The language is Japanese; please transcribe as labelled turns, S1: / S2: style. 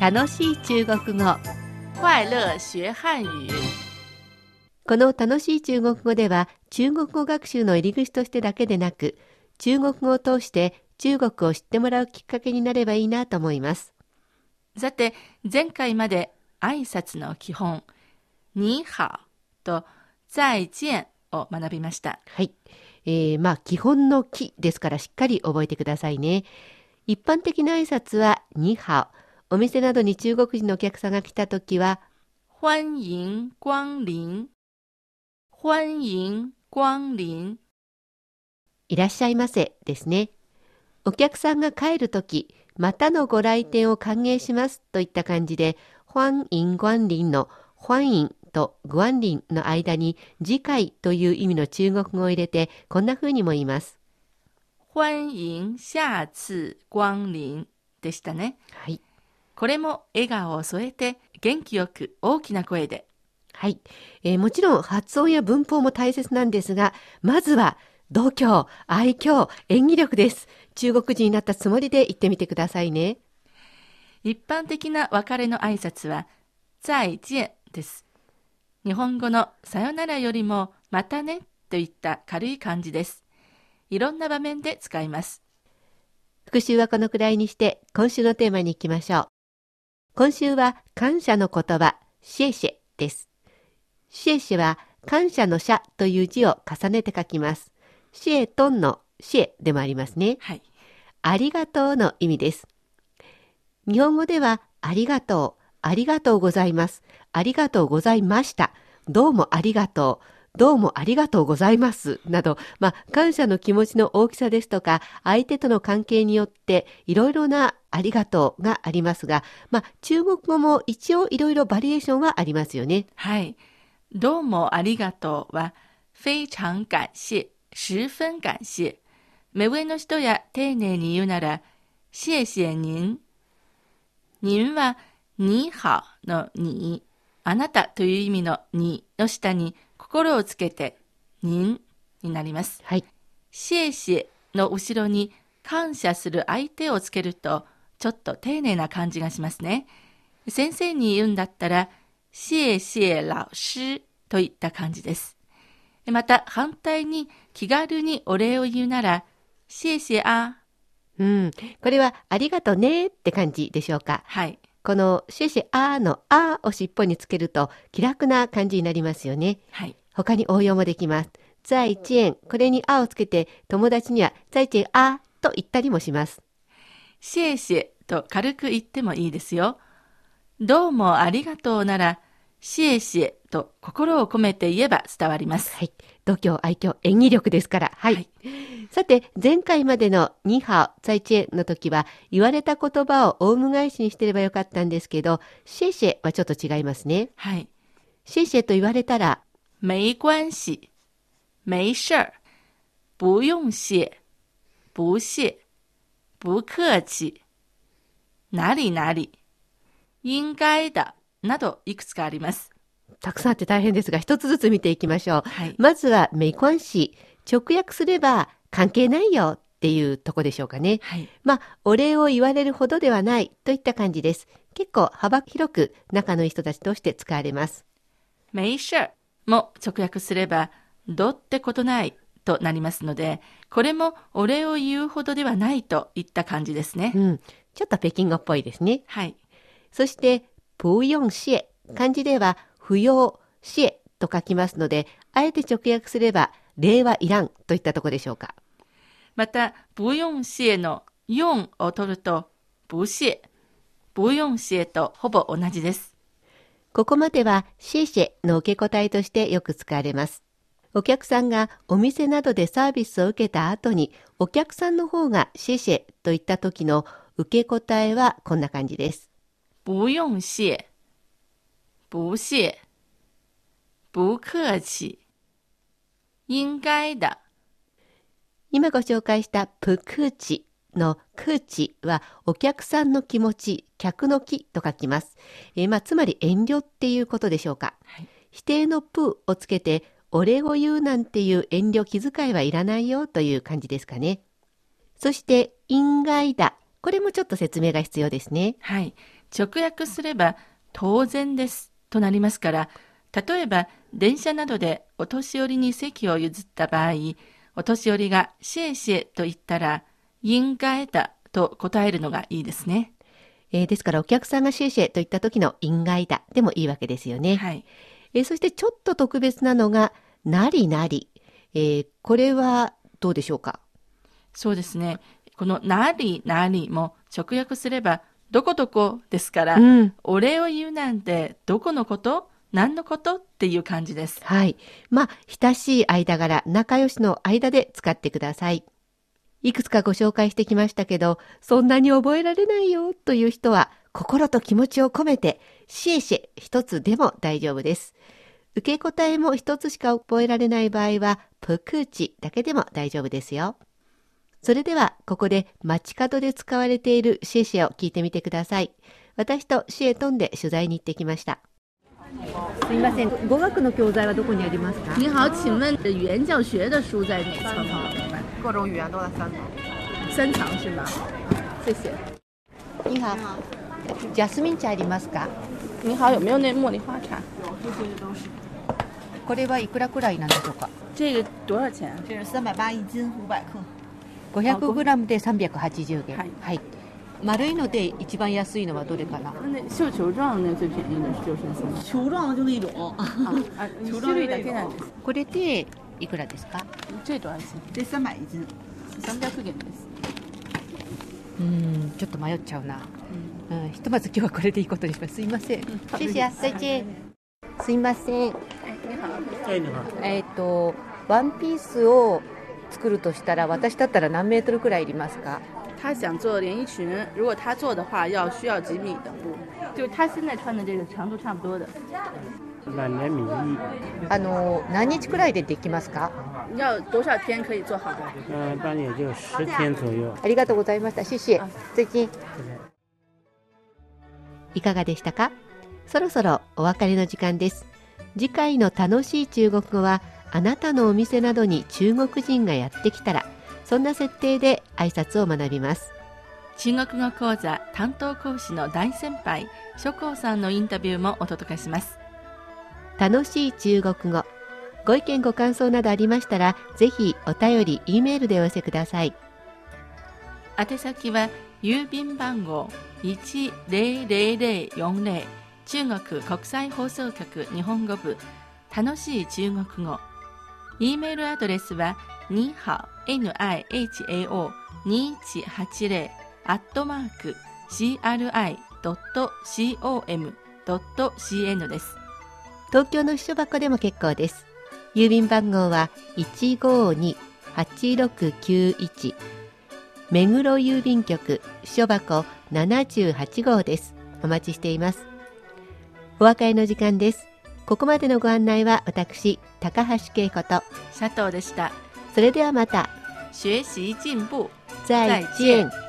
S1: 楽しい中国語
S2: 快乐学汉语。
S1: この楽しい中国語では中国語学習の入り口としてだけでなく中国語を通して中国を知ってもらうきっかけになればいいなと思います
S2: さて、前回まで挨拶の基本、你好と再见を学びました。
S1: はい、えー、まあ基本の木ですからしっかり覚えてくださいね一般的な挨拶はニハオお店などに中国人のお客さんが来た時は
S2: 欢迎光临。欢迎光臨。
S1: いらっしゃいませですね。お客さんが帰るとき、またのご来店を歓迎しますといった感じで、欢迎ンリンの欢迎とンリンの間に次回という意味の中国語を入れて、こんな風にも言います。
S2: 欢迎下次光臨でしたね。
S1: はい。
S2: これも笑顔を添えて元気よく大きな声で。
S1: はい。えーもちろん発音や文法も大切なんですが、まずは度胸、愛嬌、演技力です。中国人になったつもりで言ってみてくださいね。
S2: 一般的な別れの挨拶は、再见です。日本語のさよならよりも、またねといった軽い感じです。いろんな場面で使います。
S1: 復習はこのくらいにして今週のテーマに行きましょう。今週は感謝の言葉、シェシェです。シェシェは感謝の謝という字を重ねて書きます。シェトンのシェでもありますね。
S2: はい。
S1: ありがとうの意味です。日本語ではありがとう、ありがとうございます、ありがとうございました、どうもありがとう、どうもありがとうございますなど、まあ、感謝の気持ちの大きさですとか、相手との関係によっていろいろなありがとうがありますが、まあ、中国語も一応いろいろバリエーションはありますよね。
S2: はい。どうもありがとうは、非常感謝、十分感謝。目上の人や丁寧に言うなら、謝謝您。您は、你好のに、あなたという意味のにの下に心をつけて、您になります。
S1: はい。
S2: 謝謝の後ろに感謝する相手をつけると、ちょっと丁寧な感じがしますね。先生に言うんだったら、謝謝老師といった感じです。また反対に気軽にお礼を言うなら、謝謝あ、
S1: うん。これはありがとねって感じでしょうか。
S2: はい、
S1: このシェシェアーのアーを尻尾につけると気楽な感じになりますよね。
S2: はい、
S1: 他に応用もできます。在地円、これにアーをつけて友達には在地円アーと言ったりもします。
S2: 謝謝と軽く言ってもいいですよ。どうもありがとうなら、謝謝と心を込めて言えば伝わります。
S1: はい。度胸、愛嬌、演技力ですから。はい。
S2: はい
S1: さて、前回までのニハオ、在地円の時は言われた言葉をオウム返しにしてればよかったんですけど、シェシェはちょっと違いますね。
S2: はい。
S1: シェシェと言われたら、
S2: 没关系，没事儿，不用谢，不谢，不客气。哪里哪里，应该的などいくつかあります。
S1: たくさんあって大変ですが、一つずつ見ていきましょう。
S2: はい、
S1: まずは、メイコン氏。直訳すれば、関係ないよっていうとこでしょうかね。
S2: はい、
S1: まあ、お礼を言われるほどではないといった感じです。結構幅広く仲のいい人たちとして使われます。
S2: 没事儿も直訳すればどうってことないとなりますので、これもお礼を言うほどではないといった感じですね
S1: う。ん。ちょっと北京語っぽいですね。
S2: はい、
S1: そして、不用谢。漢字では、不要谢と書きますので、あえて直訳すれば、礼はいらんといったとこでしょうか。
S2: また、不用謝の用を取ると、不謝、不用謝とほぼ同じです。
S1: ここまではシェシェの受け答えとしてよく使われます。お客さんがお店などでサービスを受けた後に、お客さんの方がシェシェと言った時の受け答えはこんな感じです。
S2: 不用謝、不謝、不客气。应该的、
S1: 今ご紹介したプクーチのクーチはお客さんの気持ち、客の気と書きます。えーまあ、つまり遠慮っていうことでしょうか。
S2: はい
S1: 否定のプーをつけて、お礼を言うなんていう遠慮気遣いはいらないよという感じですかね。そして、因外だ。これもちょっと説明が必要ですね。
S2: はい。直訳すれば当然ですとなりますから、例えば電車などでお年寄りに席を譲った場合、お年寄りがシェシェと言ったら、应该だと答えるのがいいですね。
S1: えーですからお客さんがシェイシェイと言った時の因外だでもいいわけですよね。
S2: はい。
S1: えーそしてちょっと特別なのが、なりなり。えーこれはどうでしょうか
S2: そうですね。このなりなりも直訳すればどこどこですから、
S1: うん。
S2: お礼を言うなんてどこのこと何のことっていう感じです。
S1: はい。まあ、親しい間柄、仲良しの間で使ってください。いくつかご紹介してきましたけど、そんなに覚えられないよという人は、心と気持ちを込めて、シエシエ一つでも大丈夫です。受け答えも一つしか覚えられない場合は、プクーチだけでも大丈夫ですよ。それでは、ここで街角で使われているシエシエを聞いてみてください。私とシエトンで取材に行ってきました。すみません、語学の教材はどこにありますか
S3: 您好，请问语言教学的书在哪层？
S4: 各种语言都在三层。
S3: 三层是吗？谢谢。
S1: 你好，ジャスミン茶ありますか？
S3: 你好，有没有那茉莉花茶？
S1: これはいくらくらいなんでしょうか？
S3: 这个多少钱？
S4: 这是三百八一斤，五百克。
S1: 5 0 0グラムで380円。
S3: はい
S1: はい。丸いので一番安いのはどれかな？
S3: 那绣球状的最便宜的就是三层。
S4: 球状的就那一种，
S3: 啊，球状的这样
S1: これでいくらですか？
S3: 这多少钱？
S4: 这三百一斤。
S3: 三百块钱です。
S1: うーん、ちょっと迷っちゃうな。うん、ひとまず今日はこれでいいことにします。すいません。谢谢啊再见。すいません。
S3: 哎，你好，
S1: えっ、とワンピースを作るとしたら私だったら何メートルくらいいりますか？
S3: 他想做连衣裙，如果他做的话，要需要几米的布？就是他现在穿的这个长度差不多的，
S5: 两年米一，
S1: あの何日くらいでできますか？
S3: 要多少天可以做好？
S5: 嗯、一般也就十天左右。
S1: ありがとうございました。シシ、最近。いかがでしたかそろそろお別れの時間です。次回の楽しい中国語は、あなたのお店などに中国人がやってきたら、そんな設定で挨拶を学びます。
S2: 中国語講座担当講師の大先輩、諸光さんのインタビューもお届けします。
S1: 楽しい中国語。ご意見ご感想などありましたら、ぜひお便り、E メールでお寄せください。
S2: 宛先は郵便番号10040中国国際放送局日本語部楽しい中国語 e メールアドレスはには nihao2180 アットマーク cri.com.cn です
S1: 東京の秘書箱でも結構です。郵便番号は152-8691目黒郵便局秘書箱78号です。お待ちしています。お別れの時間です。ここまでのご案内は私、高橋恵子と、
S2: 佐藤でした
S1: それではまた、
S2: 学習進步
S1: 再
S2: 再
S1: 见
S2: 见